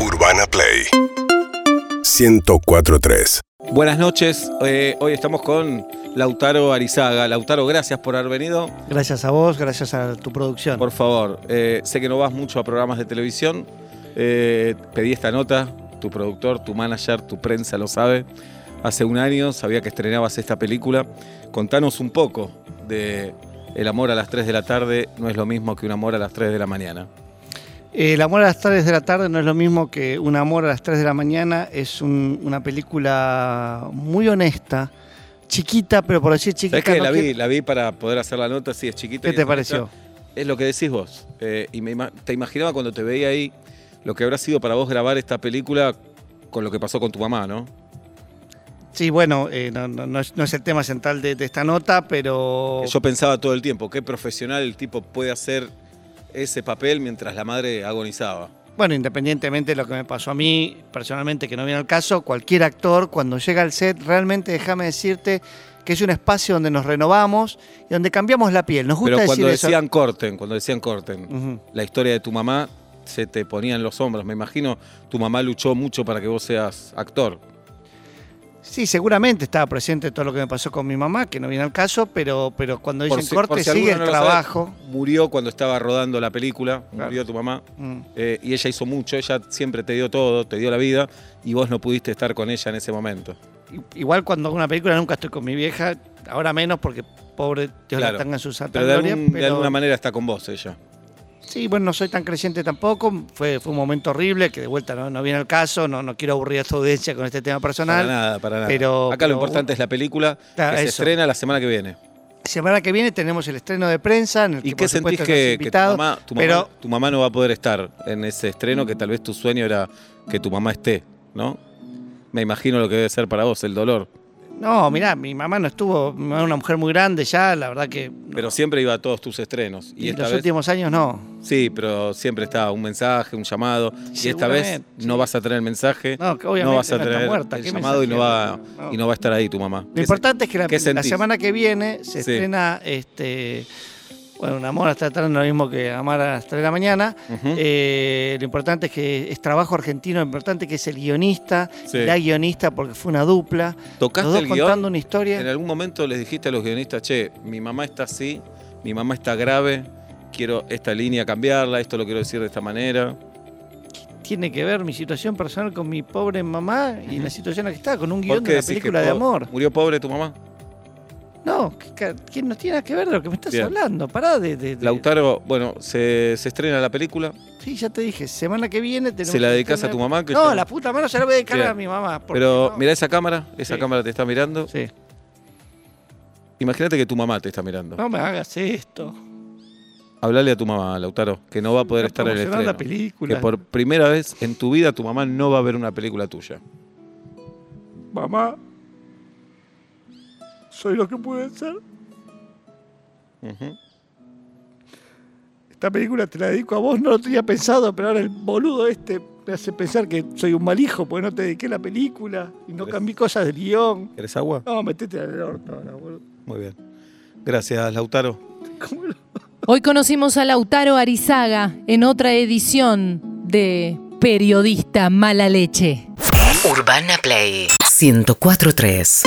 Urbana Play 1043. Buenas noches, eh, hoy estamos con Lautaro Arizaga. Lautaro, gracias por haber venido. Gracias a vos, gracias a tu producción. Por favor, eh, sé que no vas mucho a programas de televisión. Eh, pedí esta nota, tu productor, tu manager, tu prensa lo sabe. Hace un año sabía que estrenabas esta película. Contanos un poco de El amor a las 3 de la tarde no es lo mismo que un amor a las 3 de la mañana. El amor a las 3 de la tarde no es lo mismo que Un amor a las 3 de la mañana. Es un- una película muy honesta, chiquita, pero por decir chiquita. ¿Sabés que no la vi, quiero- la vi para poder hacer la nota, sí, es chiquita. ¿Qué y te es bonita. pareció? Es lo que decís vos. Eh, y me ima- te imaginaba cuando te veía ahí lo que habrá sido para vos grabar esta película con lo que pasó con tu mamá, ¿no? Sí, bueno, eh, no, no- no es, no es el tema central de, de esta nota, pero. Que Yo pensaba todo el tiempo, qué profesional el tipo puede hacer ese papel mientras la madre agonizaba. Bueno, independientemente de lo que me pasó a mí, personalmente, que no viene al caso, cualquier actor, cuando llega al set, realmente déjame decirte que es un espacio donde nos renovamos y donde cambiamos la piel. Nos gusta Pero cuando decir decían corten, cuando decían corten, eso. Ujú. la historia de tu mamá se te ponía en los hombros. Me imagino tu mamá luchó mucho para que vos seas actor. Sí, seguramente estaba presente todo lo que me pasó con mi mamá, que no viene al caso, pero, pero cuando dicen si- corte si alguno sigue el no lo sabe, trabajo. murió cuando estaba rodando la película, Claro. murió tu mamá. Mm. Eh, y ella hizo mucho, ella siempre te dio todo, te dio la vida, y vos no pudiste estar con ella en ese momento. I- Igual cuando hago una película nunca estoy con mi vieja, ahora menos porque pobre Dios Claro. la tenga en su santa Pero de, gloria, algún- de pero- alguna manera está con vos ella. Sí, bueno, no soy tan creyente tampoco, fue, fue un momento horrible, que de vuelta no, no viene al caso, no, no quiero aburrir a esta audiencia con este tema Para personal. nada, para nada. pero- Acá pero- lo importante es la película Claro, que se eso. estrena la semana que viene. Semana que viene tenemos el estreno de prensa, en el ¿Y que por qué sentís supuesto, que, estás que tu, invitado, mamá, tu mamá- pero tu mamá no va a poder estar en ese estreno que tal vez tu sueño era que tu mamá esté, ¿no? Me imagino lo que debe ser para vos, el dolor. no, mirá, mi mamá no estuvo, mi mamá era una mujer muy grande ya, la verdad que Pero siempre iba a todos tus estrenos. Y, en esta los vez, últimos años no. Sí, pero siempre está un mensaje, un llamado. Y esta vez Seguramente, no vas a tener el mensaje, No, que obviamente no vas a no está tener muerta, el ¿qué llamado y no, va, mensaje? No. y no va a estar ahí tu mamá. Lo importante es que la, qué la sentís? semana que viene se Sí. estrena este. Bueno, un amor hasta tarde no es lo mismo que amar a las 3 de la mañana. Ujú. Eh, lo importante es que es trabajo argentino, lo importante que es el guionista, Sí. la guionista, porque fue una dupla. Los ¿Tocaste dos el guión? contando una historia. ¿En algún momento les dijiste a los guionistas, che, mi mamá está así, mi mamá está grave, quiero esta línea cambiarla, esto lo quiero decir de esta manera? Tiene que ver mi situación personal con mi pobre mamá y Ujú. la situación en la que está, con un ¿Por guión qué de una decís que película de po- amor. ¿Murió pobre tu mamá? No, que- que- que no tiene nada que ver de lo que me estás Bien. hablando. Pará de. de- de- Lautaro, bueno, se, se estrena la película, Sí, ya te dije, semana que viene tenemos. se la el dedicas a estreno tu de- mamá. Que No, yo- la puta mano se la voy a dedicar Bien. a mi mamá. porque Pero no. mirá esa cámara, esa Sí. cámara te está mirando. Sí. Imagínate que tu mamá te está mirando. No me hagas esto. Hablale a tu mamá, Lautaro, que no va a poder Está estar en el promocionando estreno. la película. Que por primera vez en tu vida tu mamá no va a ver una película tuya. Mamá, soy lo que pude ser. Ujú. Esta película te la dedico a vos, no lo tenía pensado, pero ahora el boludo este me hace pensar que soy un mal hijo porque no te dediqué la película y no Gracias. cambié cosas del guión. ¿Querés agua? No, metete en el orto ahora, boludo. Muy bien. Gracias, Lautaro. ¿Cómo lo- Hoy conocimos a Lautaro Arizaga en otra edición de Periodista Mala Leche. Urbana Play 1043.